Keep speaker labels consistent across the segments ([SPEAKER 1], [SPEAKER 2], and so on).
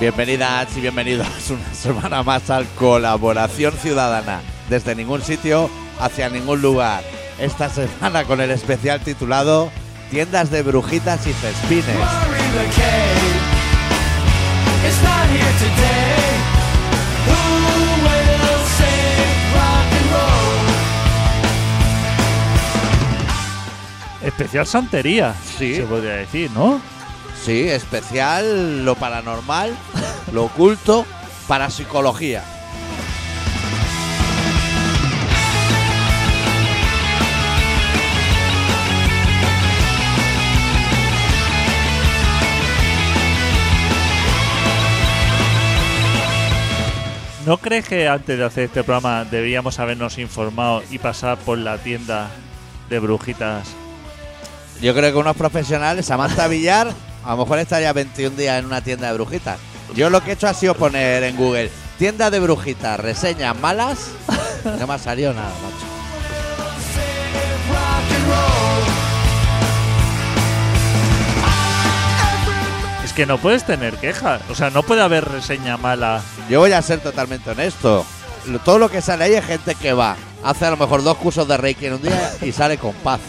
[SPEAKER 1] Bienvenidas y bienvenidos una semana más al Colaboración Ciudadana. Desde ningún sitio hacia ningún lugar. Esta semana con el especial titulado Tiendas de brujitas y cespines.
[SPEAKER 2] Murray McCabe is not here today. Who will save rock and roll?
[SPEAKER 3] Especial santería,
[SPEAKER 1] Sí.
[SPEAKER 3] se podría decir, ¿no?
[SPEAKER 1] Sí, especial lo paranormal, lo oculto, para psicología.
[SPEAKER 3] ¿No crees que antes de hacer este programa deberíamos habernos informado y pasar por la tienda de brujitas?
[SPEAKER 1] Yo creo que unos profesionales, Samantha Villar, a lo mejor estaría 21 días en una tienda de brujitas. Yo lo que he hecho ha sido poner en Google tienda de brujitas, reseñas malas. No me ha salido nada, macho.
[SPEAKER 2] Save rock and roll.
[SPEAKER 3] Es que no puedes tener quejas, o sea, no puede haber reseña mala.
[SPEAKER 1] Yo voy a ser totalmente honesto. Lo- Todo lo que sale ahí es gente que va, hace a lo mejor dos cursos de Reiki en un día y sale con paz.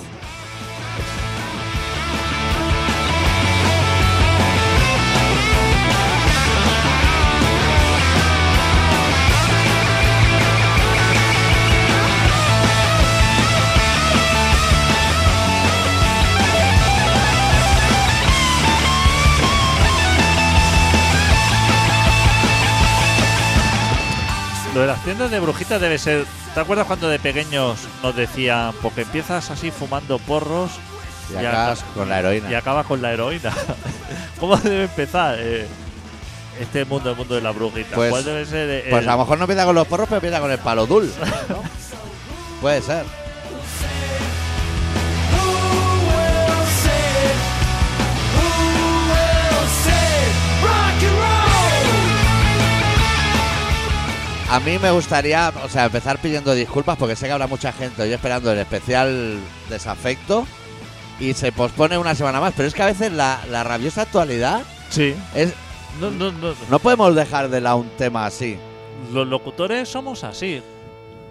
[SPEAKER 3] Lo de las tiendas de brujitas debe ser... ¿Te acuerdas cuando de pequeños nos decían, porque empiezas así fumando porros
[SPEAKER 1] Y acabas con la heroína.
[SPEAKER 3] y acabas con la heroína? ¿Cómo debe empezar eh, este mundo, el mundo de la brujita?
[SPEAKER 1] Pues-
[SPEAKER 3] ¿Cuál debe ser eh, el-
[SPEAKER 1] Pues a lo mejor no empieza con los porros, pero empieza con el palo dul. ¿no? Puede ser.
[SPEAKER 2] Who will save? Who will save rock and roll?
[SPEAKER 1] A mí me gustaría, o sea, empezar pidiendo disculpas porque sé que habrá mucha gente hoy esperando el especial desafecto y se pospone una semana más. Pero es que a veces la, la rabiosa actualidad
[SPEAKER 3] Sí.
[SPEAKER 1] es.
[SPEAKER 3] No, no, no.
[SPEAKER 1] No podemos dejar de lado un tema así.
[SPEAKER 3] Los locutores somos así.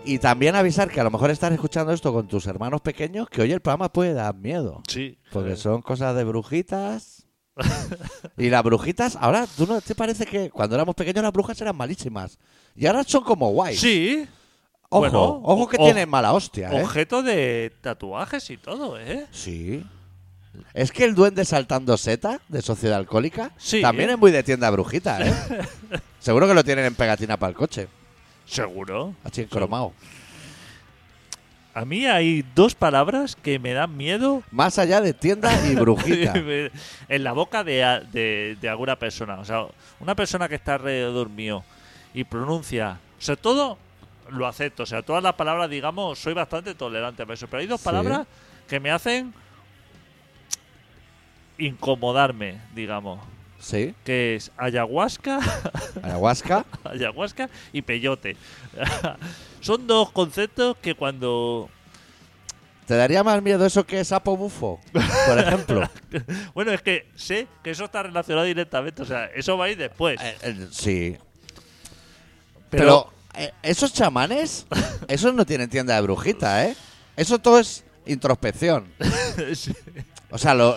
[SPEAKER 1] Y también avisar que a lo mejor estás escuchando esto con tus hermanos pequeños, que hoy el programa puede dar miedo.
[SPEAKER 3] Sí.
[SPEAKER 1] Porque son cosas de brujitas. y las brujitas, ahora, ¿tú no te parece que cuando éramos pequeños las brujas eran malísimas? Y ahora son como guays.
[SPEAKER 3] Sí.
[SPEAKER 1] Ojo,
[SPEAKER 3] bueno,
[SPEAKER 1] ojo que
[SPEAKER 3] o-
[SPEAKER 1] tienen mala hostia, ¿eh?
[SPEAKER 3] Objeto de tatuajes y todo, ¿eh?
[SPEAKER 1] Sí. Es que el duende saltando seta de Sociedad Alcohólica
[SPEAKER 3] Sí. ¿eh?
[SPEAKER 1] también es muy de tienda brujita, ¿eh? Seguro que lo tienen en pegatina para el coche,
[SPEAKER 3] Seguro.
[SPEAKER 1] así en cromado.
[SPEAKER 3] A mí hay dos palabras que me dan miedo
[SPEAKER 1] Más allá de tienda y brujita.
[SPEAKER 3] en la boca de, a- de- de alguna persona. O sea, una persona que está alrededor mío y pronuncia, o sea, todo lo acepto. O sea, todas las palabras, digamos, soy bastante tolerante a eso. Pero hay dos
[SPEAKER 1] Sí.
[SPEAKER 3] palabras que me hacen incomodarme, digamos.
[SPEAKER 1] sí,
[SPEAKER 3] Que es ayahuasca.
[SPEAKER 1] ayahuasca.
[SPEAKER 3] ayahuasca y peyote. Son dos conceptos que cuando...
[SPEAKER 1] ¿Te daría más miedo eso que sapo bufo, por ejemplo?
[SPEAKER 3] Eh, Bueno, es que sé que eso está relacionado directamente, o sea, eso va a ir después.
[SPEAKER 1] Eh, eh, sí. Pero,
[SPEAKER 3] Pero-
[SPEAKER 1] eh, esos chamanes, esos no tienen tienda de brujita, ¿eh? Eso todo es introspección.
[SPEAKER 3] Sí,
[SPEAKER 1] O sea, lo,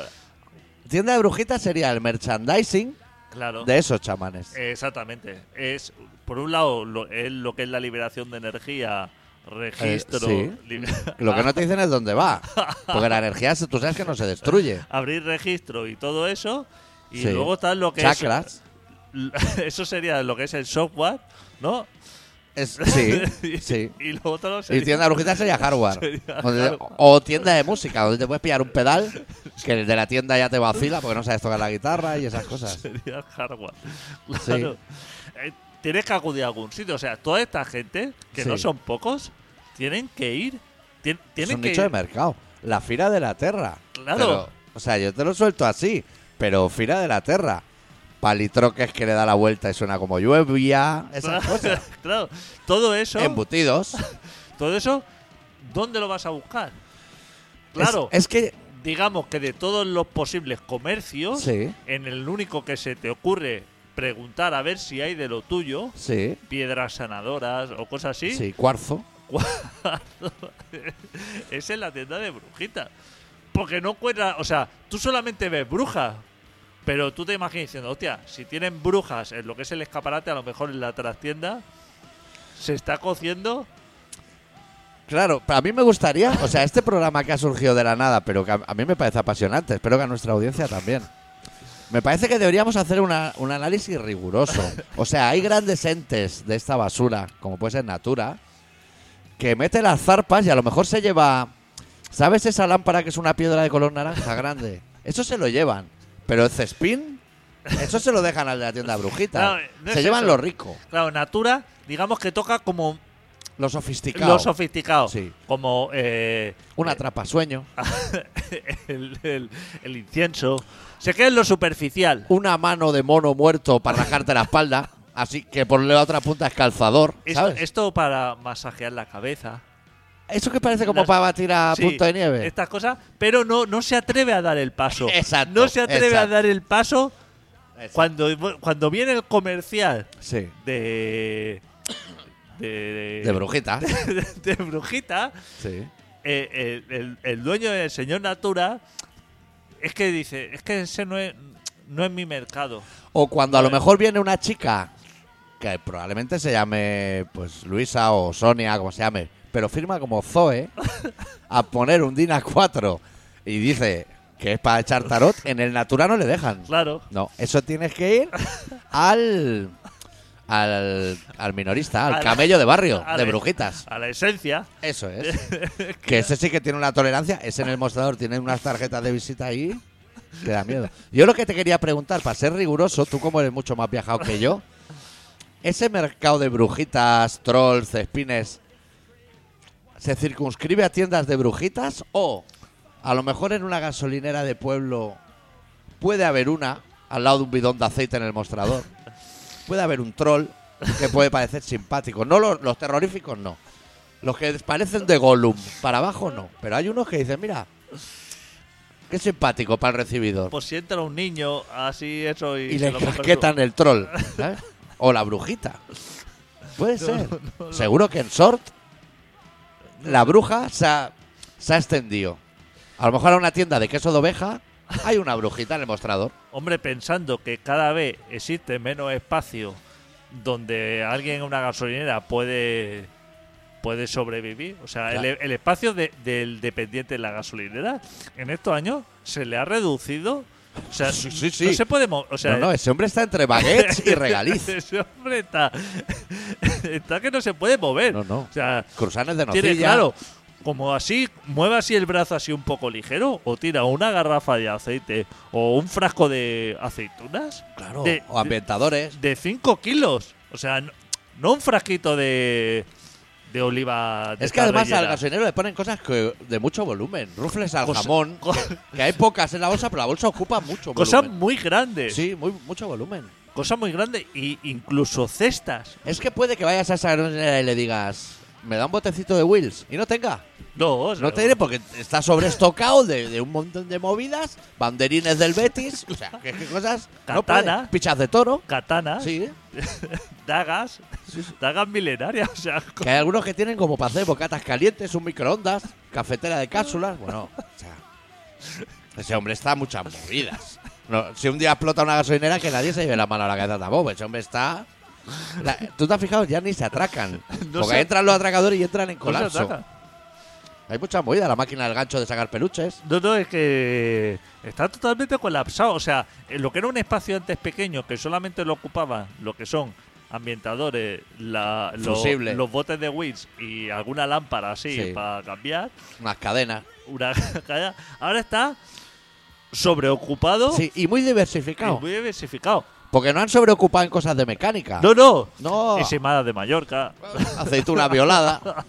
[SPEAKER 1] tienda de brujita sería el merchandising
[SPEAKER 3] claro.
[SPEAKER 1] de esos chamanes.
[SPEAKER 3] Exactamente. Es, por un lado, lo, es lo que es la liberación de energía, registro,
[SPEAKER 1] Eh,
[SPEAKER 3] lib-
[SPEAKER 1] Lo que no te dicen es dónde va. Porque la energía, se- tú sabes que no se destruye.
[SPEAKER 3] abrir registro y todo eso. Y
[SPEAKER 1] Sí.
[SPEAKER 3] luego está lo que
[SPEAKER 1] Chakras.
[SPEAKER 3] es... Eso sería lo que es el software, ¿no?
[SPEAKER 1] Es, sí, sí.
[SPEAKER 3] y luego todo lo
[SPEAKER 1] Y
[SPEAKER 3] sería-
[SPEAKER 1] tienda de brujita sería hardware.
[SPEAKER 3] Sería
[SPEAKER 1] Donde-
[SPEAKER 3] hardware.
[SPEAKER 1] o tienda de música, donde te puedes pillar un pedal que el de la tienda ya te vacila porque no sabes tocar la guitarra y esas cosas.
[SPEAKER 3] Sería hardware.
[SPEAKER 1] Sí.
[SPEAKER 3] Claro. Eh, tienes que acudir a algún sitio. O sea, toda esta gente, que no
[SPEAKER 1] Sí.
[SPEAKER 3] son pocos, tienen que ir. Tien-
[SPEAKER 1] Es
[SPEAKER 3] tienen
[SPEAKER 1] un
[SPEAKER 3] que
[SPEAKER 1] nicho de
[SPEAKER 3] ir.
[SPEAKER 1] mercado. La fila de la terra.
[SPEAKER 3] Claro.
[SPEAKER 1] Pero, o sea, yo te lo suelto así, pero fila de la terra. Palitroques que le da la vuelta y suena como lluvia, esas cosas.
[SPEAKER 3] claro. Todo eso,
[SPEAKER 1] Embutidos.
[SPEAKER 3] todo eso, ¿dónde lo vas a buscar? Claro,
[SPEAKER 1] Es, es que.
[SPEAKER 3] digamos que de todos los posibles comercios,
[SPEAKER 1] Sí.
[SPEAKER 3] en el único que se te ocurre preguntar a ver si hay de lo tuyo
[SPEAKER 1] Sí.
[SPEAKER 3] piedras sanadoras o cosas así.
[SPEAKER 1] Sí, cuarzo.
[SPEAKER 3] es en la tienda de brujitas. Porque no cuenta, o sea, tú solamente ves brujas. Pero tú te imaginas diciendo, hostia, si tienen brujas en lo que es el escaparate, a lo mejor en la trastienda se está cociendo.
[SPEAKER 1] Claro, pero a mí me gustaría, o sea, este programa que ha surgido de la nada, pero que a, a mí me parece apasionante, espero que a nuestra audiencia también. Me parece que deberíamos hacer una- un análisis riguroso. O sea, hay grandes entes de esta basura, como puede ser Natura, que mete las zarpas y a lo mejor se lleva... ¿Sabes esa lámpara que es una piedra de color naranja grande? Eso se lo llevan. Pero el cespín, eso se lo dejan al de la tienda brujita.
[SPEAKER 3] No, no
[SPEAKER 1] se
[SPEAKER 3] es
[SPEAKER 1] llevan
[SPEAKER 3] eso.
[SPEAKER 1] lo rico,
[SPEAKER 3] Claro, Natura, digamos que toca como
[SPEAKER 1] lo sofisticado,
[SPEAKER 3] lo sofisticado.
[SPEAKER 1] Sí.
[SPEAKER 3] Como eh,
[SPEAKER 1] una trapasueño,
[SPEAKER 3] el, el- el incienso. Se queda en lo superficial.
[SPEAKER 1] una mano de mono muerto para rajarte la espalda, así que por la otra punta es calzador,
[SPEAKER 3] Esto,
[SPEAKER 1] ¿sabes?
[SPEAKER 3] esto para masajear la cabeza.
[SPEAKER 1] Eso que parece como
[SPEAKER 3] Las-
[SPEAKER 1] para batir a
[SPEAKER 3] Sí,
[SPEAKER 1] punto de nieve.
[SPEAKER 3] Estas cosas, pero no, no se atreve a dar el paso.
[SPEAKER 1] Exacto,
[SPEAKER 3] No se atreve a
[SPEAKER 1] exacto.
[SPEAKER 3] dar el paso
[SPEAKER 1] Exacto.
[SPEAKER 3] cuando, cuando viene el comercial
[SPEAKER 1] Sí.
[SPEAKER 3] de. de.
[SPEAKER 1] De brujita.
[SPEAKER 3] de brujita.
[SPEAKER 1] sí.
[SPEAKER 3] eh, el, el- el dueño del señor Natura es que dice: es que ese no es, no es mi mercado.
[SPEAKER 1] O cuando a lo mejor viene una chica que probablemente se llame pues Luisa o Sonia, como se llame, pero firma como Zoe a poner un Dina 4 y dice que es para echar tarot, en el natural no le dejan.
[SPEAKER 3] Claro.
[SPEAKER 1] No, eso tienes que ir al al, al minorista, al
[SPEAKER 3] Al-
[SPEAKER 1] camello de barrio,
[SPEAKER 3] a
[SPEAKER 1] de
[SPEAKER 3] la-
[SPEAKER 1] brujitas.
[SPEAKER 3] A la esencia.
[SPEAKER 1] Eso es. que ese sí que tiene una tolerancia. Ese en el mostrador tiene unas tarjetas de visita ahí. Te da miedo. Yo lo que te quería preguntar, para ser riguroso, tú como eres mucho más viajado que yo, ese mercado de brujitas, trolls, espines, ¿se circunscribe a tiendas de brujitas o a lo mejor en una gasolinera de pueblo puede haber una al lado de un bidón de aceite en el mostrador? Puede haber un troll que puede parecer simpático. No los, los terroríficos no. Los que parecen de Gollum, para abajo no. Pero hay unos que dicen, mira, qué simpático para el recibidor.
[SPEAKER 3] Pues si entra un niño así, eso. Y,
[SPEAKER 1] y
[SPEAKER 3] se
[SPEAKER 1] le
[SPEAKER 3] lo compras tú.
[SPEAKER 1] casquetan el troll. ¿sabes? O la brujita. Puede ser. Seguro que en Sort la bruja se ha, se ha extendido. A lo mejor a una tienda de queso de oveja hay una brujita en el mostrador.
[SPEAKER 3] Hombre, pensando que cada vez existe menos espacio donde alguien en una gasolinera puede, puede sobrevivir. O sea, el,
[SPEAKER 1] Claro.
[SPEAKER 3] el espacio de- del dependiente en la gasolinera en estos años se le ha reducido. O sea,
[SPEAKER 1] Sí, sí, sí.
[SPEAKER 3] no se puede mo- O sea,
[SPEAKER 1] No, no, ese hombre está entre baguettes y regaliz.
[SPEAKER 3] ese hombre está, está que no se puede mover.
[SPEAKER 1] No, no.
[SPEAKER 3] O sea,
[SPEAKER 1] Cruzanes de
[SPEAKER 3] tiene
[SPEAKER 1] nocilla.
[SPEAKER 3] claro. Como así, mueve así el brazo así un poco ligero, o tira una garrafa de aceite o un frasco de aceitunas
[SPEAKER 1] Claro,
[SPEAKER 3] de-
[SPEAKER 1] o ambientadores.
[SPEAKER 3] de 5 kilos. O sea, no, no un frasquito de, de oliva. de
[SPEAKER 1] Es que además al
[SPEAKER 3] carrillera.
[SPEAKER 1] gasolinero le ponen cosas que- de mucho volumen. Rufles al
[SPEAKER 3] Cosa-
[SPEAKER 1] jamón.
[SPEAKER 3] co-
[SPEAKER 1] Que hay pocas en la bolsa, pero la bolsa ocupa mucho
[SPEAKER 3] Cosas
[SPEAKER 1] volumen.
[SPEAKER 3] muy grandes.
[SPEAKER 1] Sí, muy, mucho volumen.
[SPEAKER 3] Cosas muy grandes. Y incluso cestas.
[SPEAKER 1] Es que puede que vayas a esa gasolinera y le digas, me da un botecito de Wills. Y no tenga.
[SPEAKER 3] No, o sea,
[SPEAKER 1] No te diré porque está sobreestocado de, de un montón de movidas, banderines del Betis, o sea, que, que cosas. no puede.
[SPEAKER 3] Katana. Ah,
[SPEAKER 1] Pichas de toro.
[SPEAKER 3] Katanas,
[SPEAKER 1] Sí.
[SPEAKER 3] dagas, dagas milenarias. O sea, co-
[SPEAKER 1] Que hay algunos que tienen como para hacer bocatas calientes, un microondas, cafetera de cápsulas. Bueno, o sea, ese hombre está a muchas movidas. No, si un día explota una gasolinera, que nadie se lleve la mano a la cabeza tampoco. Ese hombre está. la- Tú te has fijado, ya ni se atracan.
[SPEAKER 3] No
[SPEAKER 1] porque
[SPEAKER 3] se-
[SPEAKER 1] entran los atracadores y entran en
[SPEAKER 3] no se
[SPEAKER 1] colapso.
[SPEAKER 3] ataca.
[SPEAKER 1] hay mucha movida, la máquina del gancho de sacar peluches.
[SPEAKER 3] No, no, es que está totalmente colapsado. O sea, eh, lo que era un espacio antes pequeño que solamente lo ocupaban lo que son ambientadores, la- lo-
[SPEAKER 1] Fusibles.
[SPEAKER 3] los botes de Wits y alguna lámpara así
[SPEAKER 1] Sí.
[SPEAKER 3] para cambiar,
[SPEAKER 1] Unas cadenas.
[SPEAKER 3] una caja, ahora está sobreocupado
[SPEAKER 1] Sí, y muy
[SPEAKER 3] Oh. y
[SPEAKER 1] diversificado.
[SPEAKER 3] muy diversificado.
[SPEAKER 1] Porque no han sobreocupado en cosas de mecánica.
[SPEAKER 3] No, no,
[SPEAKER 1] Ah. No.
[SPEAKER 3] Encimadas de Mallorca.
[SPEAKER 1] aceituna violada,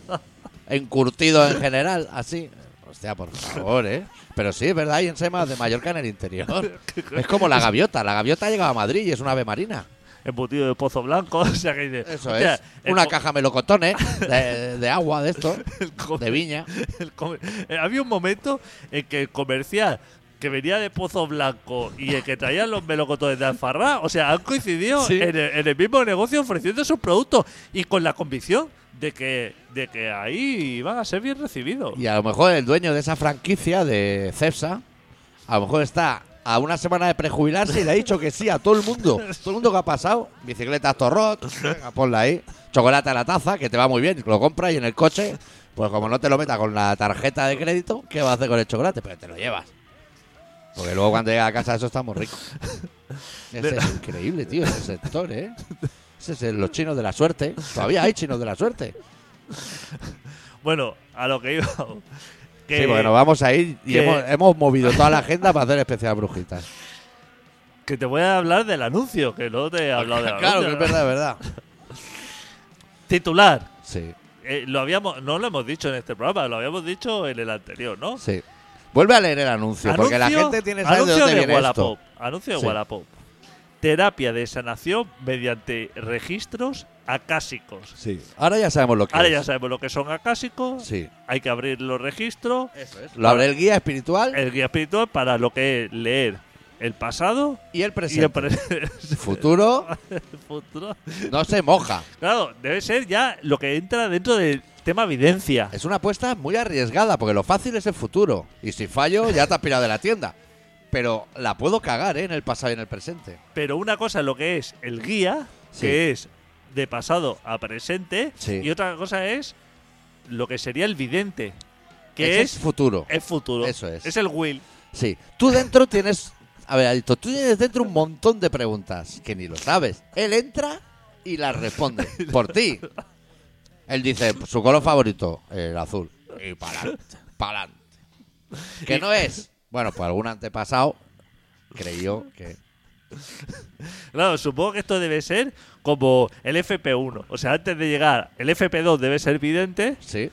[SPEAKER 1] encurtido en general, así. Hostia, por favor, ¿eh? Pero sí, es verdad, hay ensemas de Mallorca en el interior. Es como la gaviota. La gaviota ha llegado a Madrid y es una ave marina.
[SPEAKER 3] Embutido de pozo blanco, o sea que dice,
[SPEAKER 1] Eso
[SPEAKER 3] hostia,
[SPEAKER 1] es.
[SPEAKER 3] el
[SPEAKER 1] Una
[SPEAKER 3] co-
[SPEAKER 1] caja de melocotones de, de agua, de esto,
[SPEAKER 3] el co-
[SPEAKER 1] de viña.
[SPEAKER 3] El comer- eh, Había un momento en que el comercial que venía de Pozo Blanco y el que traía los melocotones de Alfarrá, o sea, han coincidido
[SPEAKER 4] Sí.
[SPEAKER 3] en, el, en el mismo negocio ofreciendo sus productos y con la convicción de que, de que ahí van a ser bien recibidos.
[SPEAKER 1] Y a lo mejor el dueño de esa franquicia de Cepsa, a lo mejor está a una semana de prejubilarse y le ha dicho que sí a todo el mundo. Todo el mundo que ha pasado. Bicicleta Torrot, venga, ponla ahí. Chocolate a la taza, que te va muy bien. Lo compras y en el coche, pues como no te lo metas con la tarjeta de crédito, ¿qué vas a hacer con el chocolate? Pero te lo llevas. Porque luego cuando llegas a casa eso está muy rico. Ese es increíble, tío, ese sector, ¿eh? Ese es el- los chinos de la suerte. Todavía hay chinos de la suerte.
[SPEAKER 3] Bueno, a lo que iba. Que,
[SPEAKER 1] sí, porque nos vamos a ir y
[SPEAKER 3] que-
[SPEAKER 1] hemos, hemos movido toda la agenda para hacer especial brujitas.
[SPEAKER 3] que te voy a hablar del anuncio, que no te he hablado del
[SPEAKER 1] claro, que
[SPEAKER 3] anuncio.
[SPEAKER 1] es verdad, es verdad.
[SPEAKER 3] Titular.
[SPEAKER 1] Sí,
[SPEAKER 3] Eh, lo habíamos, no lo hemos dicho en este programa, lo habíamos dicho en el anterior, ¿no?
[SPEAKER 1] sí. Vuelve a leer el anuncio, porque la gente tiene que saber de
[SPEAKER 3] anuncio
[SPEAKER 1] dónde viene
[SPEAKER 3] Wallapop.
[SPEAKER 1] esto.
[SPEAKER 3] Anuncio de
[SPEAKER 1] Sí.
[SPEAKER 3] Wallapop. Terapia de sanación mediante registros acásicos.
[SPEAKER 1] Sí. Ahora ya sabemos lo que
[SPEAKER 3] Ahora
[SPEAKER 1] es.
[SPEAKER 3] ya sabemos lo que son acásicos.
[SPEAKER 1] Sí.
[SPEAKER 3] Hay que abrir los registros.
[SPEAKER 1] Lo abre el guía espiritual
[SPEAKER 3] El guía espiritual para lo que es leer el pasado
[SPEAKER 1] y el
[SPEAKER 3] y el,
[SPEAKER 1] presente.
[SPEAKER 3] pre-
[SPEAKER 1] Futuro
[SPEAKER 3] el futuro.
[SPEAKER 1] no se moja.
[SPEAKER 3] Claro, debe ser ya lo que entra dentro del tema evidencia.
[SPEAKER 1] Es una apuesta muy arriesgada, porque lo fácil es el futuro. Y si fallo, ya te has pirado de la tienda. Pero la puedo cagar, ¿eh? En el pasado y en el presente.
[SPEAKER 3] Pero una cosa es lo que es el guía,
[SPEAKER 1] Sí.
[SPEAKER 3] que es de pasado a presente,
[SPEAKER 1] Sí.
[SPEAKER 3] y otra cosa es lo que sería el vidente, que
[SPEAKER 1] Ese
[SPEAKER 3] es,
[SPEAKER 1] futuro.
[SPEAKER 3] el futuro.
[SPEAKER 1] Eso es.
[SPEAKER 3] Es el will.
[SPEAKER 1] Sí. Tú dentro tienes. A ver, Adicto, tú tienes dentro un montón de preguntas que ni lo sabes. Él entra y las responde por ti. Él dice: "Pues, su color favorito, el azul. Y para adelante. Que no es. Bueno, pues algún antepasado creyó que.
[SPEAKER 3] Claro, supongo que esto debe ser como el FP1. O sea, antes de llegar, el FP2 debe ser vidente,
[SPEAKER 1] Sí,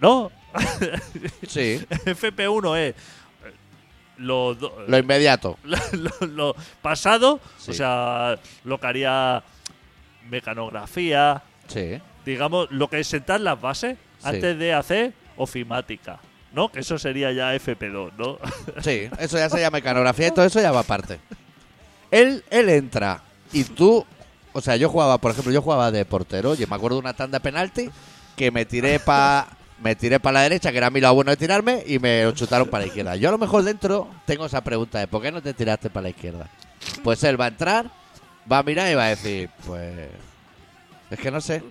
[SPEAKER 3] ¿no?
[SPEAKER 1] sí.
[SPEAKER 3] FP1 es eh, lo, do-
[SPEAKER 1] Lo inmediato.
[SPEAKER 3] lo, lo- lo pasado,
[SPEAKER 1] Sí.
[SPEAKER 3] o sea, lo que haría mecanografía,
[SPEAKER 1] Sí.
[SPEAKER 3] digamos, lo que es sentar las bases
[SPEAKER 1] Sí.
[SPEAKER 3] antes de hacer ofimática, ¿no? Que eso sería ya FP2, ¿no?
[SPEAKER 1] Sí, eso ya se llama mecanografía y todo eso ya va aparte. Él, él entra y tú. O sea, yo jugaba, por ejemplo, yo jugaba de portero. Yo me acuerdo de una tanda de penalti que me tiré para me tiré para la derecha, que era mi lado bueno de tirarme, y me chutaron para la izquierda. Yo a lo mejor dentro tengo esa pregunta de ¿por qué no te tiraste para la izquierda? Pues él va a entrar, va a mirar y va a decir, pues... Es que no sé.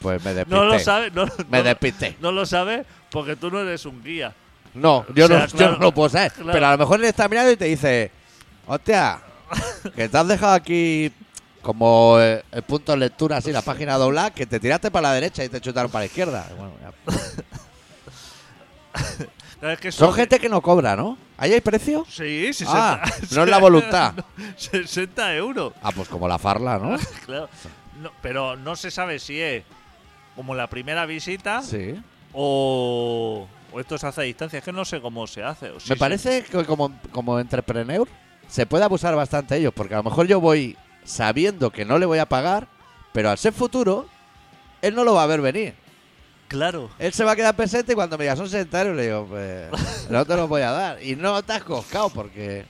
[SPEAKER 1] Pues me despisté.
[SPEAKER 3] no lo sabes, no,
[SPEAKER 1] Me
[SPEAKER 3] no-
[SPEAKER 1] despisté.
[SPEAKER 3] no lo sabes porque tú no eres un guía.
[SPEAKER 1] No, yo,
[SPEAKER 3] O sea,
[SPEAKER 1] no, yo
[SPEAKER 3] claro,
[SPEAKER 1] no lo puedo saber.
[SPEAKER 3] claro.
[SPEAKER 1] Pero a lo mejor él está mirando y te dice, hostia, que te has dejado aquí como eh, el, punto de lectura, así, la página doblada, que te tiraste para la derecha y te chutaron para la izquierda. Bueno, ya.
[SPEAKER 3] Claro, es que
[SPEAKER 1] Son
[SPEAKER 3] son-
[SPEAKER 1] gente que no cobra, ¿no? ¿Ahí hay precio?
[SPEAKER 3] Sí, 60,
[SPEAKER 1] Ah, no es la voluntad.
[SPEAKER 3] 60 euros.
[SPEAKER 1] Ah, pues como la farla, ¿no?
[SPEAKER 3] Claro. No, pero no se sabe si es como la primera visita
[SPEAKER 1] Sí.
[SPEAKER 3] o, o esto se hace a distancia. Es que no sé cómo se hace. O si
[SPEAKER 1] Me
[SPEAKER 3] se-
[SPEAKER 1] parece que como, como entrepreneur se puede abusar bastante de ellos, porque a lo mejor yo voy sabiendo que no le voy a pagar, pero al ser futuro, él no lo va a ver venir.
[SPEAKER 3] Claro.
[SPEAKER 1] Él se va a quedar presente y cuando me diga son 60 euros", le digo, pues no te los voy a dar. Y no te has coscado porque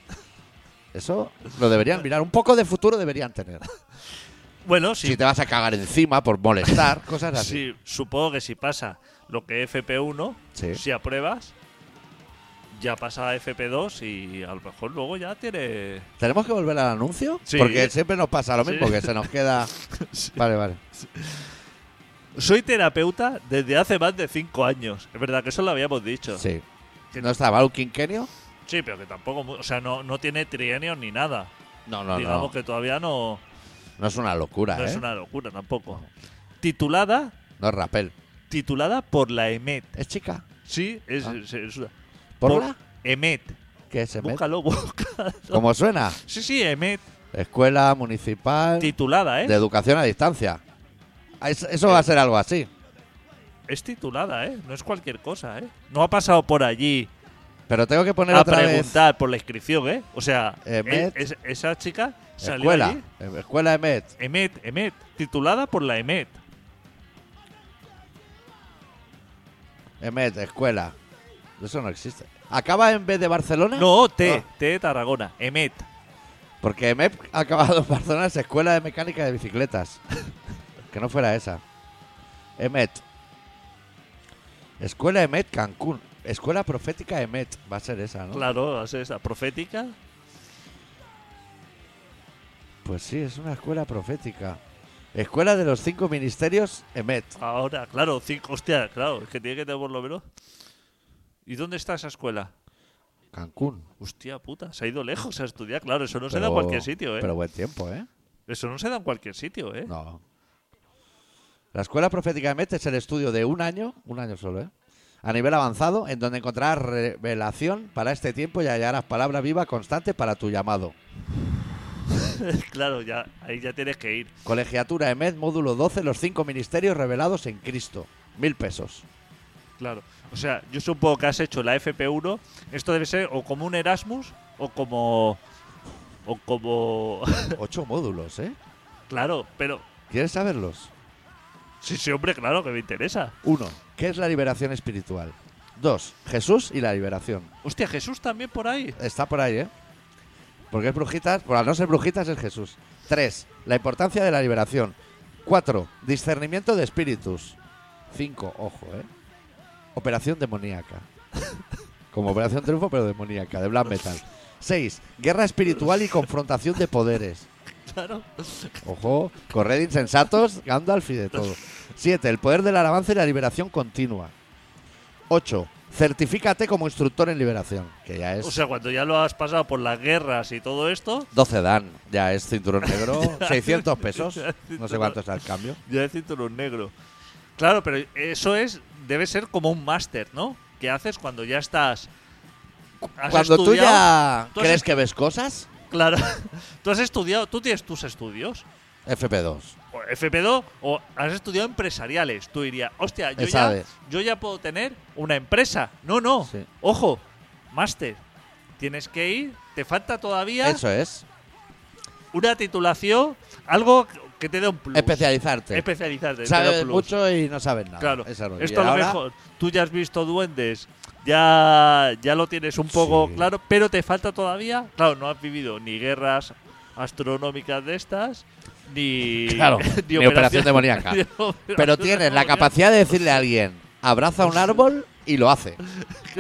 [SPEAKER 1] eso lo deberían mirar. Un poco de futuro deberían tener.
[SPEAKER 3] Bueno, sí.
[SPEAKER 1] Si te vas a cagar encima por molestar, cosas así.
[SPEAKER 3] Sí, supongo que si pasa lo que FP1,
[SPEAKER 1] Sí.
[SPEAKER 3] si apruebas, ya pasa a FP2 y a lo mejor luego ya tiene.
[SPEAKER 1] ¿Tenemos que volver al anuncio?
[SPEAKER 3] Sí.
[SPEAKER 1] Porque siempre nos pasa lo mismo,
[SPEAKER 3] Sí.
[SPEAKER 1] que se nos queda... Vale, vale.
[SPEAKER 3] Soy terapeuta desde hace más de 5 años. Es verdad que eso lo habíamos dicho.
[SPEAKER 1] Sí. ¿No estaba un quinquenio?
[SPEAKER 3] Sí, pero que tampoco. mu- O sea, no, no tiene trienios ni nada.
[SPEAKER 1] No, no,
[SPEAKER 3] Digamos
[SPEAKER 1] no.
[SPEAKER 3] que todavía no,
[SPEAKER 1] No es una locura,
[SPEAKER 3] no
[SPEAKER 1] ¿eh?
[SPEAKER 3] es una locura tampoco. Titulada.
[SPEAKER 1] No es rapel.
[SPEAKER 3] Titulada por la E EMET.
[SPEAKER 1] Es chica.
[SPEAKER 3] Sí, es.
[SPEAKER 1] Ah.
[SPEAKER 3] es- es una- E
[SPEAKER 1] ¿Por, la?
[SPEAKER 3] EMET.
[SPEAKER 1] ¿Qué se mete?
[SPEAKER 3] Búscalo, búscalo.
[SPEAKER 1] ¿Cómo suena?
[SPEAKER 3] Sí, sí, E EMET.
[SPEAKER 1] Escuela Municipal...
[SPEAKER 3] Titulada, ¿eh?
[SPEAKER 1] De educación a distancia. Ah, es- Eso va a ser algo así.
[SPEAKER 3] Es titulada, ¿eh? No es cualquier cosa, ¿eh? No ha pasado por allí
[SPEAKER 1] Pero tengo que poner
[SPEAKER 3] a
[SPEAKER 1] otra
[SPEAKER 3] preguntar por la inscripción, ¿eh? O sea,
[SPEAKER 1] Eh, Met.
[SPEAKER 3] es- esa chica
[SPEAKER 1] vez.
[SPEAKER 3] salió
[SPEAKER 1] Escuela.
[SPEAKER 3] allí.
[SPEAKER 1] eh, Escuela de Met.
[SPEAKER 3] Emet, Emet. Titulada por la Emet.
[SPEAKER 1] Emet, escuela. Eso no existe. ¿Acaba en vez de Barcelona?
[SPEAKER 3] No, T,
[SPEAKER 1] Ah.
[SPEAKER 3] T de Tarragona, Emet.
[SPEAKER 1] Porque me ha acabado en Barcelona es Escuela de Mecánica de Bicicletas. que no fuera esa. EMET. Escuela EMET Cancún. Escuela Profética EMET. Va a ser esa, ¿no?
[SPEAKER 3] Claro, es esa, profética.
[SPEAKER 1] Pues sí, es una escuela profética. Escuela de los cinco ministerios EMET.
[SPEAKER 3] Ahora, claro, cinco, hostia, claro, es que tiene que tener por lo menos. ¿Y dónde está esa escuela?
[SPEAKER 1] Cancún.
[SPEAKER 3] Hostia puta, se ha ido lejos a estudiar, claro, eso no se da
[SPEAKER 1] Pero-
[SPEAKER 3] en cualquier sitio, ¿eh?
[SPEAKER 1] Pero buen tiempo, ¿eh?
[SPEAKER 3] Eso no se da en cualquier sitio, ¿eh?
[SPEAKER 1] No. La escuela profética de Met es el estudio de un año, un año solo, ¿eh? A nivel avanzado, en donde encontrarás revelación para este tiempo y hallarás palabra viva constante para tu llamado.
[SPEAKER 3] claro, ya, ahí ya tienes que ir.
[SPEAKER 1] Colegiatura EMET, módulo 12, los cinco ministerios revelados en Cristo. Mil pesos.
[SPEAKER 3] Claro. O sea, yo supongo que has hecho la FP1. Esto debe ser o como un Erasmus o como. O como.
[SPEAKER 1] Ocho módulos, ¿eh?
[SPEAKER 3] claro, pero.
[SPEAKER 1] ¿Quieres saberlos?
[SPEAKER 3] Sí, sí, hombre, claro que me interesa.
[SPEAKER 1] 1. ¿Qué es la liberación espiritual? 2. Jesús y la liberación.
[SPEAKER 3] Hostia, Jesús también por ahí.
[SPEAKER 1] Está por ahí, ¿eh? Porque es brujitas, por al no ser brujitas es Jesús. 3. La importancia de la liberación. 4. Discernimiento de espíritus. 5. Ojo, ¿eh? Operación demoníaca. Como Operación Triunfo, pero demoníaca, de black metal. 6. Guerra espiritual y confrontación de poderes.
[SPEAKER 3] Claro.
[SPEAKER 1] Ojo, corred insensatos, Gandalf y de todo. 7. El poder del alabanza y la liberación continua. 8. Certifícate como instructor en liberación, que ya es
[SPEAKER 3] O sea, cuando ya lo has pasado por las guerras y todo esto,
[SPEAKER 1] 12 dan, ya es cinturón negro, 600 pesos, no sé cuánto es el cambio.
[SPEAKER 3] ya es cinturón negro. Claro, pero eso es. Debe ser como un máster, ¿no? Que haces cuando ya estás. has
[SPEAKER 1] Cuando tú
[SPEAKER 3] estudiado-
[SPEAKER 1] ya
[SPEAKER 3] tú has
[SPEAKER 1] crees que ves cosas,
[SPEAKER 3] Claro. Tú has estudiado, tú tienes tus estudios.
[SPEAKER 1] FP2.
[SPEAKER 3] o FP2 o has estudiado empresariales. Tú dirías, hostia, yo
[SPEAKER 1] Me
[SPEAKER 3] ya,
[SPEAKER 1] sabes.
[SPEAKER 3] yo ya puedo tener una empresa. No, no.
[SPEAKER 1] Sí.
[SPEAKER 3] Ojo, máster. Tienes que ir, te falta todavía
[SPEAKER 1] Eso es,
[SPEAKER 3] una titulación, algo que te dé un plus.
[SPEAKER 1] especializarte.
[SPEAKER 3] Especializarte. te da
[SPEAKER 1] sabes
[SPEAKER 3] un plus.
[SPEAKER 1] mucho y no sabes nada.
[SPEAKER 3] Claro,
[SPEAKER 1] Esa no- Ah, y
[SPEAKER 3] esto a lo
[SPEAKER 1] ahora,
[SPEAKER 3] mejor tú ya has visto duendes, ya, ya lo tienes un poco
[SPEAKER 1] Sí.
[SPEAKER 3] claro, pero te falta todavía. Claro, no has vivido ni guerras astronómicas de estas, ni,
[SPEAKER 1] Claro, ni operación demoníaca.
[SPEAKER 3] ni operación
[SPEAKER 1] Pero tienes la
[SPEAKER 3] demoníaca.
[SPEAKER 1] capacidad de decirle a alguien, abraza un árbol y lo hace.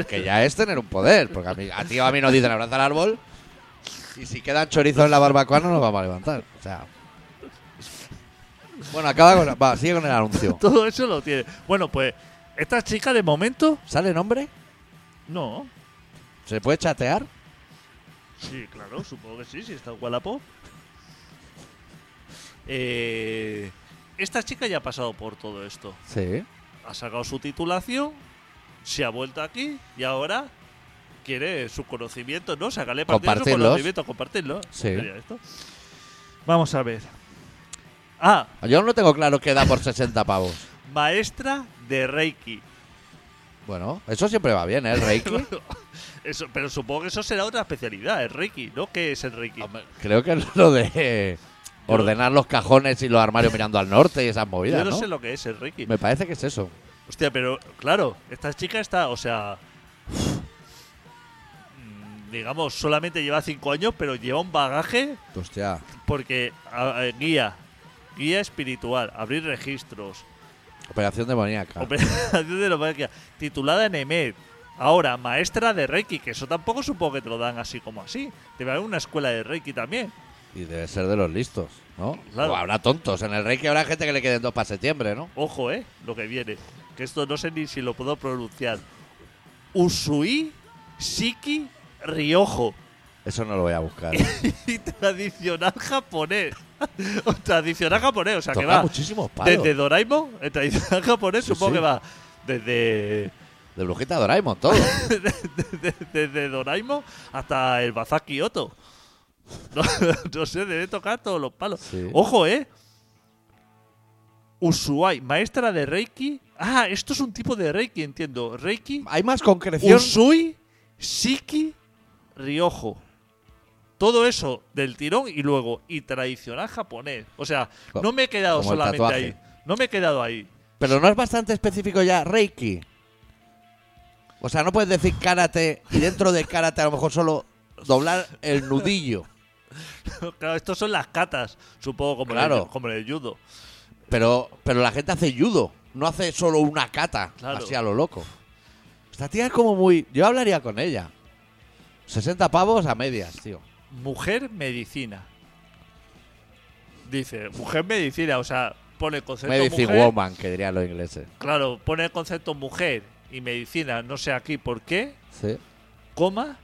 [SPEAKER 1] Que ya es tener un poder, porque a, mí, a ti o a mí nos dicen abraza el árbol y si quedan chorizos en la barbacoa no nos vamos a levantar. O sea. Bueno, acaba con... Va, sigue con el anuncio.
[SPEAKER 3] Todo eso lo tiene. Bueno, pues esta chica de momento,
[SPEAKER 1] ¿Sale nombre?
[SPEAKER 3] no.
[SPEAKER 1] ¿Se puede chatear?
[SPEAKER 3] Sí, claro, supongo que sí, si está en Wallapop. Eh, esta chica ya ha pasado por todo esto.
[SPEAKER 1] Sí.
[SPEAKER 3] ha sacado su titulación, se ha vuelto aquí y ahora quiere su conocimiento, ¿no? Sacarle partido a su
[SPEAKER 1] Compartirlos.
[SPEAKER 3] conocimiento, compartirlo.
[SPEAKER 1] Sí.
[SPEAKER 3] Mira esto. Vamos a ver. Ah,
[SPEAKER 1] Yo no tengo claro qué da por 60 pavos.
[SPEAKER 3] maestra de Reiki.
[SPEAKER 1] Bueno, eso siempre va bien, ¿eh? El Reiki.
[SPEAKER 3] Eso, pero supongo que eso será otra especialidad, el Reiki, ¿no? ¿Qué es el Reiki?
[SPEAKER 1] Hombre, Creo que es lo de ordenar los cajones y los armarios mirando al norte y esas
[SPEAKER 3] Yo
[SPEAKER 1] movidas,
[SPEAKER 3] no,
[SPEAKER 1] ¿no?
[SPEAKER 3] sé lo que es el Reiki.
[SPEAKER 1] Me parece que es eso.
[SPEAKER 3] Hostia, pero claro, esta chica está, o sea. mm, Digamos, solamente lleva cinco años, pero lleva un bagaje
[SPEAKER 1] Hostia.
[SPEAKER 3] Porque a- a- guía, guía espiritual, abrir registros,
[SPEAKER 1] Operación demoníaca.
[SPEAKER 3] operación de lomaquia, titulada en EMED, ahora maestra de Reiki, que eso tampoco supongo que te lo dan así como así. Debe haber una escuela de Reiki también.
[SPEAKER 1] Y debe ser de los listos, ¿no?
[SPEAKER 3] Claro.
[SPEAKER 1] O habrá tontos. En el Reiki habrá gente que le queden dos para septiembre, ¿no?
[SPEAKER 3] Ojo, eh, lo que viene. Que esto no sé ni si lo puedo pronunciar. Usui Shiki Riojo.
[SPEAKER 1] Eso no lo voy a buscar.
[SPEAKER 3] Y tradicional japonés. O tradicional japonés, o sea que
[SPEAKER 1] Toca
[SPEAKER 3] va.
[SPEAKER 1] muchísimos palos.
[SPEAKER 3] Desde Doraemon, el tradicional japonés,
[SPEAKER 1] Sí,
[SPEAKER 3] supongo
[SPEAKER 1] sí.
[SPEAKER 3] que va. Desde.
[SPEAKER 1] De brujita Doraemon, todo.
[SPEAKER 3] desde, desde Doraemon hasta el Bazar Kioto. No, no sé, debe tocar todos los palos.
[SPEAKER 1] Sí.
[SPEAKER 3] Ojo, ¿eh? Usuai, maestra de Reiki. Ah, esto es un tipo de Reiki, entiendo. Reiki.
[SPEAKER 1] Hay más concreción.
[SPEAKER 3] Usui, Shiki, Riojo. Todo eso del tirón y luego, y tradicional japonés. O sea,
[SPEAKER 1] Co-
[SPEAKER 3] no me he quedado
[SPEAKER 1] como el
[SPEAKER 3] solamente
[SPEAKER 1] tatuaje.
[SPEAKER 3] ahí. No me he quedado ahí.
[SPEAKER 1] Pero no es bastante específico ya Reiki. O sea, no puedes decir karate y dentro del karate a lo mejor solo doblar el nudillo.
[SPEAKER 3] claro, estos son las catas, supongo, como, en el-
[SPEAKER 1] Claro.
[SPEAKER 3] como en el judo.
[SPEAKER 1] Pero, pero la gente hace judo, no hace solo una cata,
[SPEAKER 3] Claro.
[SPEAKER 1] así a lo loco. Esta tía es como muy. Yo hablaría con ella. 60 pavos a medias, tío.
[SPEAKER 3] Mujer medicina. Dice, mujer medicina, o sea, pone el concepto
[SPEAKER 1] Medicine
[SPEAKER 3] mujer.
[SPEAKER 1] woman, que dirían los ingleses.
[SPEAKER 3] Claro, pone el concepto mujer y medicina, no sé aquí por qué,
[SPEAKER 1] Sí.
[SPEAKER 3] coma,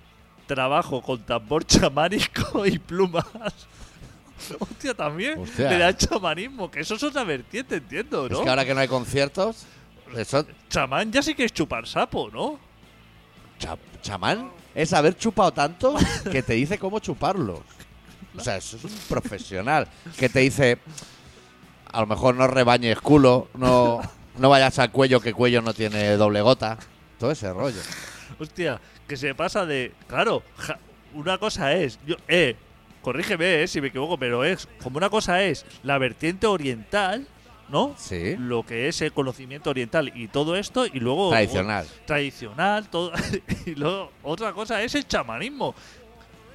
[SPEAKER 3] trabajo con tambor chamánico y plumas. Hostia, también
[SPEAKER 1] Hostia.
[SPEAKER 3] le da chamanismo, que eso es otra vertiente, entiendo, ¿no?
[SPEAKER 1] Es que ahora que no hay conciertos, eso-
[SPEAKER 3] Chamán ya sí que es chupar sapo, ¿no?
[SPEAKER 1] cha- chamán es haber chupado tanto que te dice cómo chuparlo. O sea, eso es un profesional que te dice, a lo mejor no rebañes culo, no, no vayas al cuello que cuello no tiene doble gota. Todo ese rollo.
[SPEAKER 3] Hostia, que se pasa de. Claro, ja- una cosa es. Yo, eh, corrígeme eh, si me equivoco, pero es. Como una cosa es la vertiente oriental, ¿no?
[SPEAKER 1] Sí.
[SPEAKER 3] Lo que es el conocimiento oriental y todo esto, y
[SPEAKER 1] Oh,
[SPEAKER 3] luego.
[SPEAKER 1] Tradicional.
[SPEAKER 3] o- tradicional, todo. y luego otra cosa es el chamanismo,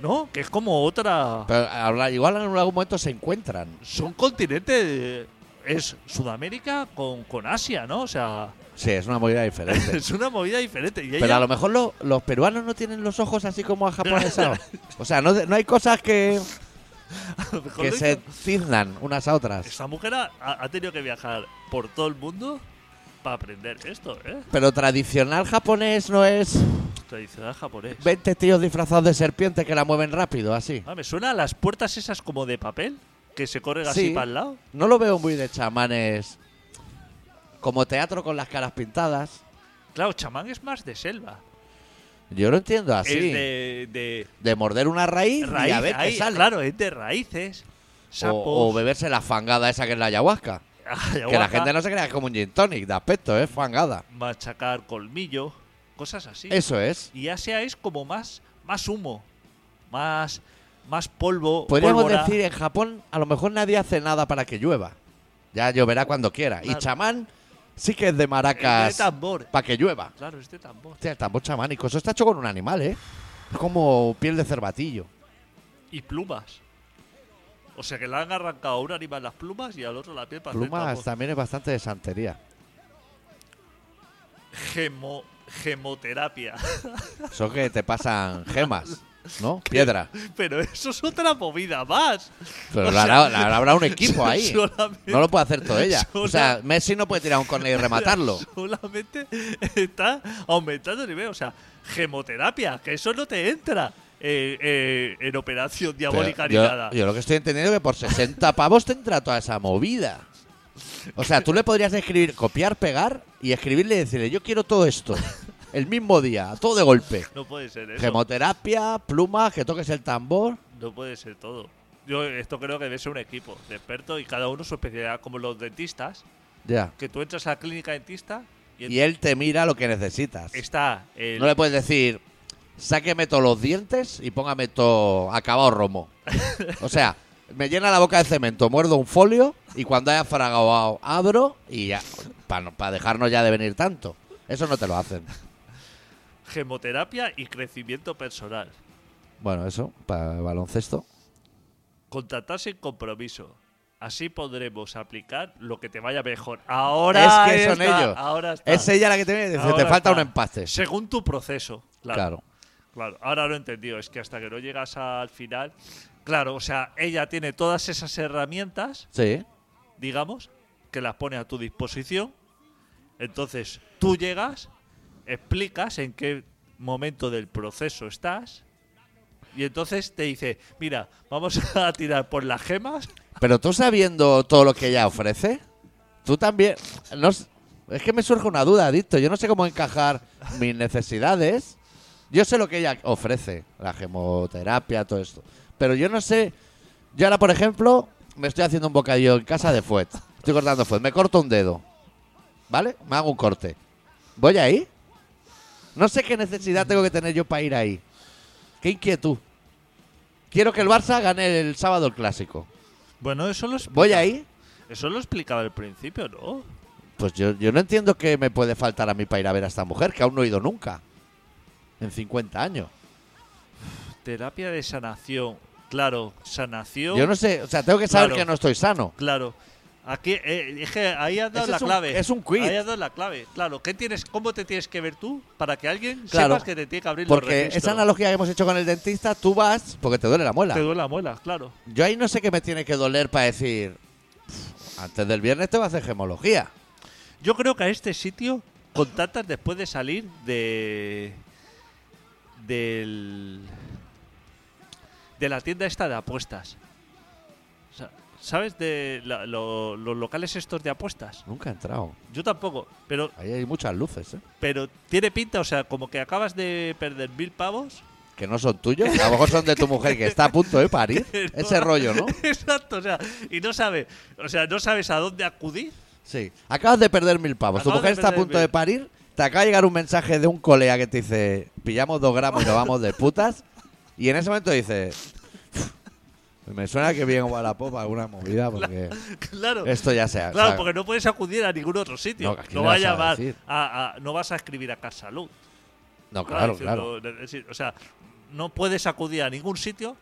[SPEAKER 3] ¿no? Que es como otra.
[SPEAKER 1] Pero ahora, igual en algún momento se encuentran.
[SPEAKER 3] Son continentes. eh, Es Sudamérica con, con Asia, ¿no? O sea,
[SPEAKER 1] Sí, es una movida diferente.
[SPEAKER 3] es una movida diferente. Y
[SPEAKER 1] Pero
[SPEAKER 3] ella-
[SPEAKER 1] a lo mejor lo- los peruanos no tienen los ojos así como a japonesados. O sea, no, no hay cosas que,
[SPEAKER 3] a lo mejor
[SPEAKER 1] que
[SPEAKER 3] lo
[SPEAKER 1] se cisnan unas a otras.
[SPEAKER 3] Esta mujer ha, ha- ha tenido que viajar por todo el mundo para aprender esto, ¿eh?
[SPEAKER 1] Pero tradicional japonés no es
[SPEAKER 3] Tradicional "Ah, japonés.
[SPEAKER 1] 20 tíos disfrazados de serpiente que la mueven rápido, así.
[SPEAKER 3] Ah, me suena a las puertas esas como de papel que se corren así
[SPEAKER 1] Sí.
[SPEAKER 3] para el lado.
[SPEAKER 1] No lo veo muy de chamanes como teatro con las caras pintadas.
[SPEAKER 3] Claro, chamán es más de selva.
[SPEAKER 1] Yo lo entiendo
[SPEAKER 3] Es
[SPEAKER 1] así. De...
[SPEAKER 3] de, de
[SPEAKER 1] morder una raíz, Ah, y
[SPEAKER 3] raíz.
[SPEAKER 1] a ver qué
[SPEAKER 3] ahí,
[SPEAKER 1] sale.
[SPEAKER 3] Claro, es de raíces. Sapos.
[SPEAKER 1] O, o beberse la fangada esa que es la ayahuasca. Que la
[SPEAKER 3] ayahuasca,
[SPEAKER 1] gente no se crea que es como un gin tonic de aspecto, es fangada.
[SPEAKER 3] Machacar colmillo. Cosas así.
[SPEAKER 1] Eso es.
[SPEAKER 3] Y Asia es como más, más humo. Más, más polvo.
[SPEAKER 1] Podríamos
[SPEAKER 3] pólvora.
[SPEAKER 1] decir, en Japón a lo mejor nadie hace nada para que llueva. Ya lloverá cuando quiera. Y
[SPEAKER 3] Claro.
[SPEAKER 1] chamán sí que es de
[SPEAKER 3] Es
[SPEAKER 1] maracas
[SPEAKER 3] de tambor.
[SPEAKER 1] para que llueva.
[SPEAKER 3] Claro, es de tambor.
[SPEAKER 1] Hostia, el tambor chamánico. Eso está hecho con un animal, ¿eh? Es como piel de cervatillo.
[SPEAKER 3] y plumas. O sea que le han arrancado a un animal las plumas y al otro la piel para
[SPEAKER 1] Plumas
[SPEAKER 3] hacer
[SPEAKER 1] también es bastante de santería.
[SPEAKER 3] tambor. Gemo- gemoterapia.
[SPEAKER 1] Eso que te pasan gemas, ¿no? Piedra.
[SPEAKER 3] Pero eso es otra movida más.
[SPEAKER 1] Pero
[SPEAKER 3] O
[SPEAKER 1] la
[SPEAKER 3] sea,
[SPEAKER 1] hará- la hará un equipo ahí.
[SPEAKER 3] solamente-
[SPEAKER 1] No lo puede hacer todo ella. O
[SPEAKER 3] Sola-
[SPEAKER 1] sea, Messi no puede tirar un córner y rematarlo.
[SPEAKER 3] Solamente está aumentando el nivel. O sea, gemoterapia, que eso no te entra eh, eh, en operación
[SPEAKER 1] Pero
[SPEAKER 3] diabólica
[SPEAKER 1] yo,
[SPEAKER 3] ni nada.
[SPEAKER 1] yo lo que estoy entendiendo es que por 60 pavos te entra toda esa movida. O sea, tú le podrías escribir, copiar, pegar y escribirle y decirle, yo quiero todo esto. El mismo día, todo de golpe.
[SPEAKER 3] no puede ser eso.
[SPEAKER 1] Gemoterapia, plumas, que toques el tambor.
[SPEAKER 3] No puede ser todo. Yo esto creo que debe ser un equipo de expertos y cada uno su especialidad, como los dentistas,
[SPEAKER 1] Ya.
[SPEAKER 3] que tú entras a la clínica dentista y,
[SPEAKER 1] Y él te mira lo que necesitas.
[SPEAKER 3] está el,
[SPEAKER 1] No le puedes decir, sáqueme todos los dientes y póngame todo acabado romo. O sea, me llena la boca de cemento, muerdo un folio y cuando haya fragado abro y ya, para dejarnos ya de venir tanto. Eso no te lo hacen.
[SPEAKER 3] gemoterapia y crecimiento personal.
[SPEAKER 1] Bueno, eso, para baloncesto.
[SPEAKER 3] Contratar sin compromiso. Así podremos aplicar lo que te vaya mejor. Ahora
[SPEAKER 1] es que
[SPEAKER 3] está,
[SPEAKER 1] son ellos.
[SPEAKER 3] Ahora está.
[SPEAKER 1] Es ella la que te viene y dice,
[SPEAKER 3] Ahora
[SPEAKER 1] te falta
[SPEAKER 3] está.
[SPEAKER 1] un empate.
[SPEAKER 3] Según tu proceso. Claro.
[SPEAKER 1] Claro.
[SPEAKER 3] Claro. Ahora lo he entendido. Es que hasta que no llegas al final. Claro, o sea, ella tiene todas esas herramientas,
[SPEAKER 1] Sí.
[SPEAKER 3] digamos, que las pone a tu disposición. Entonces tú llegas, explicas en qué momento del proceso estás. Y entonces te dice, mira, vamos a tirar por las gemas.
[SPEAKER 1] Pero tú sabiendo todo lo que ella ofrece, tú también... No, s- es que me surge una duda, Adicto. Yo no sé cómo encajar mis necesidades. Yo sé lo que ella ofrece, la gemoterapia, todo esto. Pero yo no sé... Yo ahora, por ejemplo, me estoy haciendo un bocadillo en casa de fuet. Estoy cortando fuet. Me corto un dedo. ¿Vale? Me hago un corte. ¿Voy ahí? No sé qué necesidad tengo que tener yo para ir ahí. Qué inquietud. Quiero que el Barça gane el sábado el clásico.
[SPEAKER 3] Bueno, eso lo, explica-
[SPEAKER 1] ¿Voy ahí?
[SPEAKER 3] eso lo explicaba al principio, ¿no?
[SPEAKER 1] Pues yo, yo no entiendo que me puede faltar a mí para ir a ver a esta mujer, que aún no he ido nunca. en 50 años.
[SPEAKER 3] Terapia de sanación. Claro, sanación.
[SPEAKER 1] Yo no sé, o sea, tengo que saber
[SPEAKER 3] Claro.
[SPEAKER 1] que no estoy sano.
[SPEAKER 3] Claro. Aquí, eh, es que ahí has dado
[SPEAKER 1] Ese
[SPEAKER 3] la
[SPEAKER 1] es un-
[SPEAKER 3] clave.
[SPEAKER 1] es un quiz.
[SPEAKER 3] Ahí has dado la clave. Claro, ¿qué tienes, ¿cómo te tienes que ver tú para que alguien
[SPEAKER 1] Claro.
[SPEAKER 3] sepas que te tiene que abrir los
[SPEAKER 1] Porque
[SPEAKER 3] registros?
[SPEAKER 1] esa analogía que hemos hecho con el dentista, tú vas porque te duele la muela.
[SPEAKER 3] Te duele la muela, claro.
[SPEAKER 1] Yo ahí no sé qué me tiene que doler para decir, "Pff, antes del viernes te va a hacer gemología.
[SPEAKER 3] Yo creo que a este sitio contactas después de salir de. del. de la tienda esta de apuestas. Sa- ¿Sabes? De la- lo- los locales estos de apuestas.
[SPEAKER 1] Nunca he entrado.
[SPEAKER 3] Yo tampoco, pero,
[SPEAKER 1] Ahí hay muchas luces, ¿eh?
[SPEAKER 3] pero tiene pinta, o sea, como que acabas de perder mil pavos.
[SPEAKER 1] Que no son tuyos. A lo mejor son de tu mujer que está a punto de parir. Ese rollo, ¿no?
[SPEAKER 3] Exacto, o sea, y no sabes, o sea, no sabes a dónde acudir.
[SPEAKER 1] Sí. Acabas de perder mil pavos. tu
[SPEAKER 3] Acabas
[SPEAKER 1] mujer
[SPEAKER 3] de
[SPEAKER 1] está a
[SPEAKER 3] perder
[SPEAKER 1] punto
[SPEAKER 3] mil.
[SPEAKER 1] de parir. Te acaba de llegar un mensaje de un colega que te dice: pillamos dos gramos y nos vamos de putas. Y en ese momento dices: Me suena que bien Wallapop alguna movida porque
[SPEAKER 3] Claro.
[SPEAKER 1] esto ya sea.
[SPEAKER 3] Claro, porque no puedes acudir a ningún otro sitio.
[SPEAKER 1] No, aquí
[SPEAKER 3] No,
[SPEAKER 1] le
[SPEAKER 3] vas
[SPEAKER 1] vas
[SPEAKER 3] a
[SPEAKER 1] a
[SPEAKER 3] llamar
[SPEAKER 1] decir.
[SPEAKER 3] a- a- no vas a escribir a Casa Luz.
[SPEAKER 1] No,
[SPEAKER 3] ¿no?
[SPEAKER 1] claro, claro.
[SPEAKER 3] Diciendo, necesi- O sea, no puedes acudir a ningún sitio.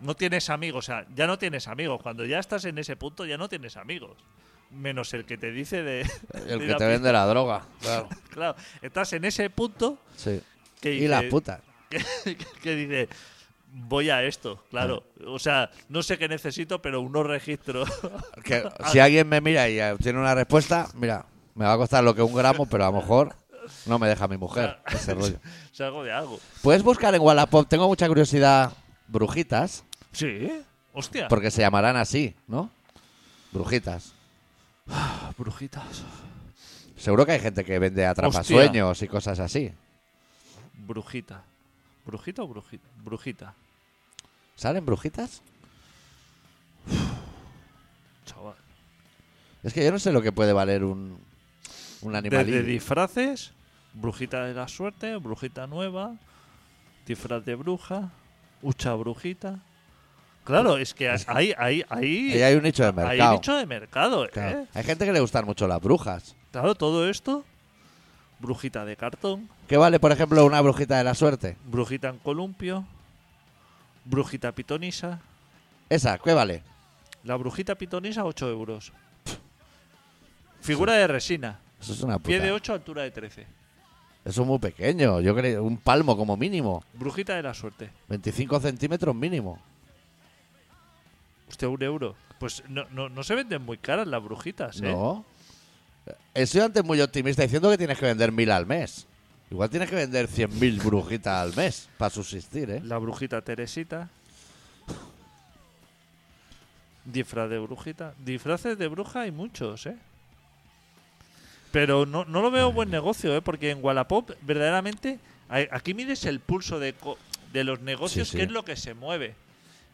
[SPEAKER 3] No tienes amigos, o sea, ya no tienes amigos. Cuando ya estás en ese punto, ya no tienes amigos. Menos el que te dice de. de
[SPEAKER 1] El
[SPEAKER 3] ir
[SPEAKER 1] que
[SPEAKER 3] a
[SPEAKER 1] te
[SPEAKER 3] pi-
[SPEAKER 1] vende la droga. Claro.
[SPEAKER 3] Claro, estás en ese punto
[SPEAKER 1] Sí.
[SPEAKER 3] que
[SPEAKER 1] Y
[SPEAKER 3] dice-
[SPEAKER 1] las putas.
[SPEAKER 3] que, que dice, voy a esto, claro.
[SPEAKER 1] Ah.
[SPEAKER 3] O sea, no sé qué necesito, pero unos registros.
[SPEAKER 1] Que si alguien me mira y eh, tiene una respuesta, mira, me va a costar lo que un gramo, pero a lo mejor no me deja mi mujer. Ese rollo.
[SPEAKER 3] Salgo de algo.
[SPEAKER 1] Puedes buscar en Wallapop, tengo mucha curiosidad, brujitas,
[SPEAKER 3] Sí. Hostia.
[SPEAKER 1] porque se llamarán así, ¿no? Brujitas.
[SPEAKER 3] brujitas.
[SPEAKER 1] Seguro que hay gente que vende atrapasueños y cosas así.
[SPEAKER 3] Brujita. ¿Brujita o brujita? Brujita.
[SPEAKER 1] ¿Salen brujitas?
[SPEAKER 3] Chaval.
[SPEAKER 1] Es que yo no sé lo que puede valer un, un
[SPEAKER 3] Desde
[SPEAKER 1] animalillo.
[SPEAKER 3] disfraces, brujita de la suerte, brujita nueva, disfraz de bruja, hucha brujita. Claro, es que ahí, ahí, ahí,
[SPEAKER 1] Ahí hay un nicho de
[SPEAKER 3] hay
[SPEAKER 1] mercado.
[SPEAKER 3] nicho de mercado, ¿eh?
[SPEAKER 1] Claro. Hay gente que le gustan mucho las brujas.
[SPEAKER 3] Claro, todo esto, brujita de cartón,
[SPEAKER 1] ¿Qué vale, por ejemplo, una brujita de la suerte?
[SPEAKER 3] brujita en columpio, brujita pitonisa.
[SPEAKER 1] Esa, ¿qué vale?
[SPEAKER 3] La brujita pitonisa, 8 euros. Figura de resina,
[SPEAKER 1] Eso es una puta.
[SPEAKER 3] pie de 8, altura de 13.
[SPEAKER 1] Eso es muy pequeño. Yo creo un palmo como mínimo.
[SPEAKER 3] Brujita de la suerte,
[SPEAKER 1] 25 centímetros mínimo.
[SPEAKER 3] usted un euro. Pues no, no, no se venden muy caras las brujitas, ¿eh?
[SPEAKER 1] No. He sido antes muy optimista diciendo que tienes que vender mil al mes. Igual tienes que vender 100.000 brujitas al mes para subsistir, ¿eh?
[SPEAKER 3] La brujita Teresita. Disfraz de brujita. Disfraces de bruja hay muchos, ¿eh? Pero no, no lo veo buen negocio, ¿eh? Porque en Wallapop, verdaderamente, hay- aquí mides el pulso de, co- de los negocios,
[SPEAKER 1] Sí, sí.
[SPEAKER 3] que es lo que se mueve.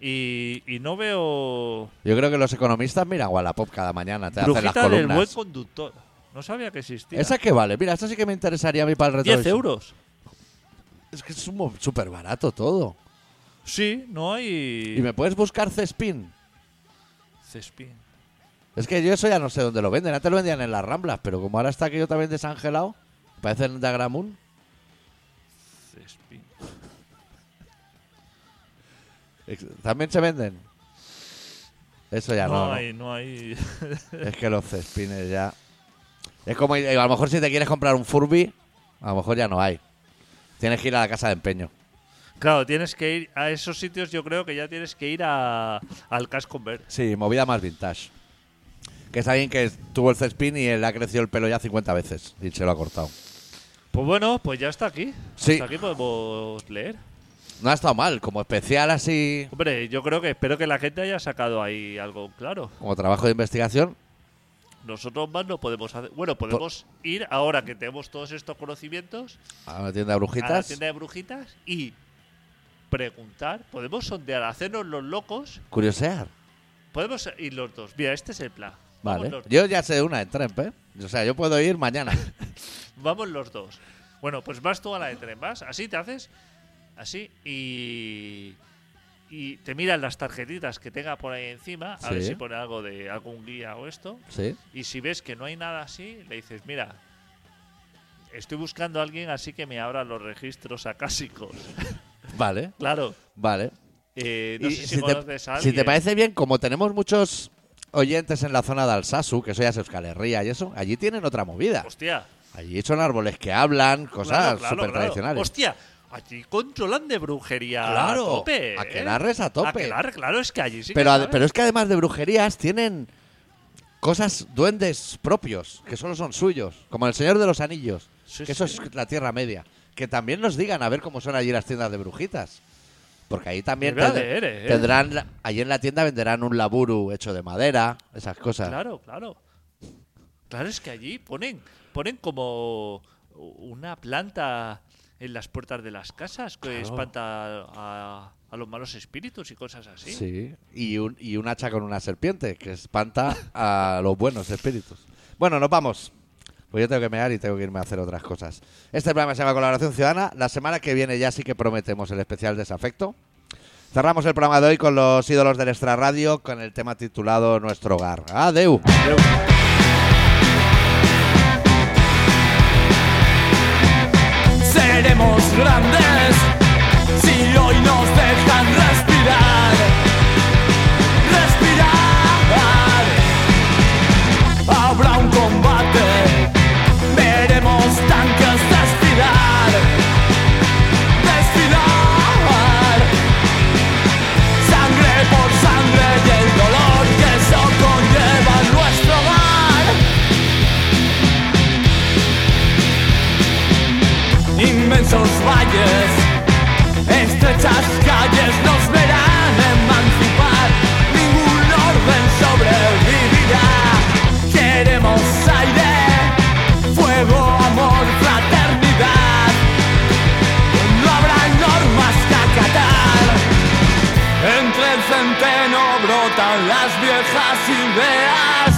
[SPEAKER 3] Y, y no veo...
[SPEAKER 1] Yo creo que los economistas miran Wallapop cada mañana, te hacen las
[SPEAKER 3] brujita del buen
[SPEAKER 1] columnas.
[SPEAKER 3] conductor. No sabía que existía.
[SPEAKER 1] ¿Esa que vale? Mira, esta sí que me interesaría a mí para el reto.
[SPEAKER 3] 10 euros.
[SPEAKER 1] Es que es un mo- súper barato todo.
[SPEAKER 3] Sí, no hay...
[SPEAKER 1] ¿Y me puedes buscar Cespin?
[SPEAKER 3] Cespín.
[SPEAKER 1] Es que yo eso ya no sé dónde lo venden. Antes lo vendían en las Ramblas, pero como ahora está que yo también desangelado, parece en Dagramun.
[SPEAKER 3] Cespín.
[SPEAKER 1] Ex- También se venden. Eso ya no.
[SPEAKER 3] no
[SPEAKER 1] ¿no?
[SPEAKER 3] hay, no hay...
[SPEAKER 1] Es que los cespines ya. Es como ir- eh, a lo mejor si te quieres comprar un Furby, a lo mejor ya no hay. Tienes que ir a la casa de empeño.
[SPEAKER 3] Claro, tienes que ir a esos sitios. Yo creo que ya tienes que ir a, al Cash Convert.
[SPEAKER 1] Sí, movida más vintage. Que es alguien que tuvo el cespin y le ha crecido el pelo ya 50 veces y se lo ha cortado.
[SPEAKER 3] Pues bueno, pues ya está aquí.
[SPEAKER 1] Sí.
[SPEAKER 3] Hasta aquí podemos leer.
[SPEAKER 1] No ha estado mal, como especial así,
[SPEAKER 3] Hombre, yo creo que espero que la gente haya sacado ahí algo claro.
[SPEAKER 1] como trabajo de investigación.
[SPEAKER 3] Nosotros más no podemos hacer. Bueno, podemos ir ahora que tenemos todos estos conocimientos
[SPEAKER 1] A una tienda de
[SPEAKER 3] a la
[SPEAKER 1] brujitas.
[SPEAKER 3] tienda de brujitas y preguntar. Podemos sondear, hacernos los locos.
[SPEAKER 1] Curiosear.
[SPEAKER 3] Podemos ir los dos. Mira, este es el plan. Vamos
[SPEAKER 1] Vale.
[SPEAKER 3] los
[SPEAKER 1] Yo ya sé una en Tremp, ¿eh? O sea, yo puedo ir mañana.
[SPEAKER 3] Vamos los dos. Bueno, pues vas tú a la de tren, vas, así te haces, así, y, y te miran las tarjetitas que tenga por ahí encima, a ver
[SPEAKER 1] Sí.
[SPEAKER 3] si pone algo de algún guía o esto,
[SPEAKER 1] Sí.
[SPEAKER 3] y si ves que no hay nada así, le dices, mira, estoy buscando a alguien así que me abra los registros acásicos.
[SPEAKER 1] Vale,
[SPEAKER 3] claro.
[SPEAKER 1] vale.
[SPEAKER 3] eh, no
[SPEAKER 1] Y
[SPEAKER 3] sé si,
[SPEAKER 1] te,
[SPEAKER 3] conoces a
[SPEAKER 1] si te
[SPEAKER 3] alguien.
[SPEAKER 1] parece bien, como tenemos muchos oyentes en la zona de Alsasu, que eso ya es Euskal Herria y eso, allí tienen otra movida.
[SPEAKER 3] Hostia.
[SPEAKER 1] Allí son árboles que hablan, cosas
[SPEAKER 3] claro, claro,
[SPEAKER 1] súper
[SPEAKER 3] claro.
[SPEAKER 1] tradicionales.
[SPEAKER 3] Hostia, allí controlan de brujería
[SPEAKER 1] Claro,
[SPEAKER 3] a tope. ¿eh?
[SPEAKER 1] aquelarres a tope.
[SPEAKER 3] Aquelarre, claro, es que allí sí que
[SPEAKER 1] pero, ad-
[SPEAKER 3] saben.
[SPEAKER 1] pero es que además de brujerías tienen cosas, duendes propios, que solo son suyos, como el Señor de los Anillos,
[SPEAKER 3] Sí,
[SPEAKER 1] que
[SPEAKER 3] sí.
[SPEAKER 1] eso es la Tierra Media. Que también nos digan a ver cómo son allí las tiendas de brujitas. Porque ahí también
[SPEAKER 3] Debería
[SPEAKER 1] tend-
[SPEAKER 3] leer, eh.
[SPEAKER 1] tendrán, la- allí en la tienda venderán un laburu hecho de madera, esas cosas.
[SPEAKER 3] Claro, claro. Claro, es que allí ponen, ponen como una planta en las puertas de las casas que espanta a, a los malos espíritus y cosas así.
[SPEAKER 1] Sí, y un, y un hacha con una serpiente que espanta a los buenos espíritus. Bueno, nos vamos. Pues yo tengo que mear y tengo que irme a hacer otras cosas. Este programa se llama Colaboración Ciudadana. La semana que viene ya sí que prometemos el especial desafecto. Cerramos el programa de hoy con los ídolos del Extra Radio con el tema titulado Nuestro Hogar. Adeu.
[SPEAKER 2] seremos grandes si hoy nos dejan respirar. Respirar. Habrá un combate, veremos tanques desfilar. Desfilar. Sangre por sangre y el dolor que eso conlleva en nuestro hogar. inmensos valles, estrechas calles nos verán emancipar, ningún orden sobrevivirá. Queremos aire, fuego, amor, fraternidad. No habrá normas que acatar. Entre el centeno brotan las viejas ideas. Ah!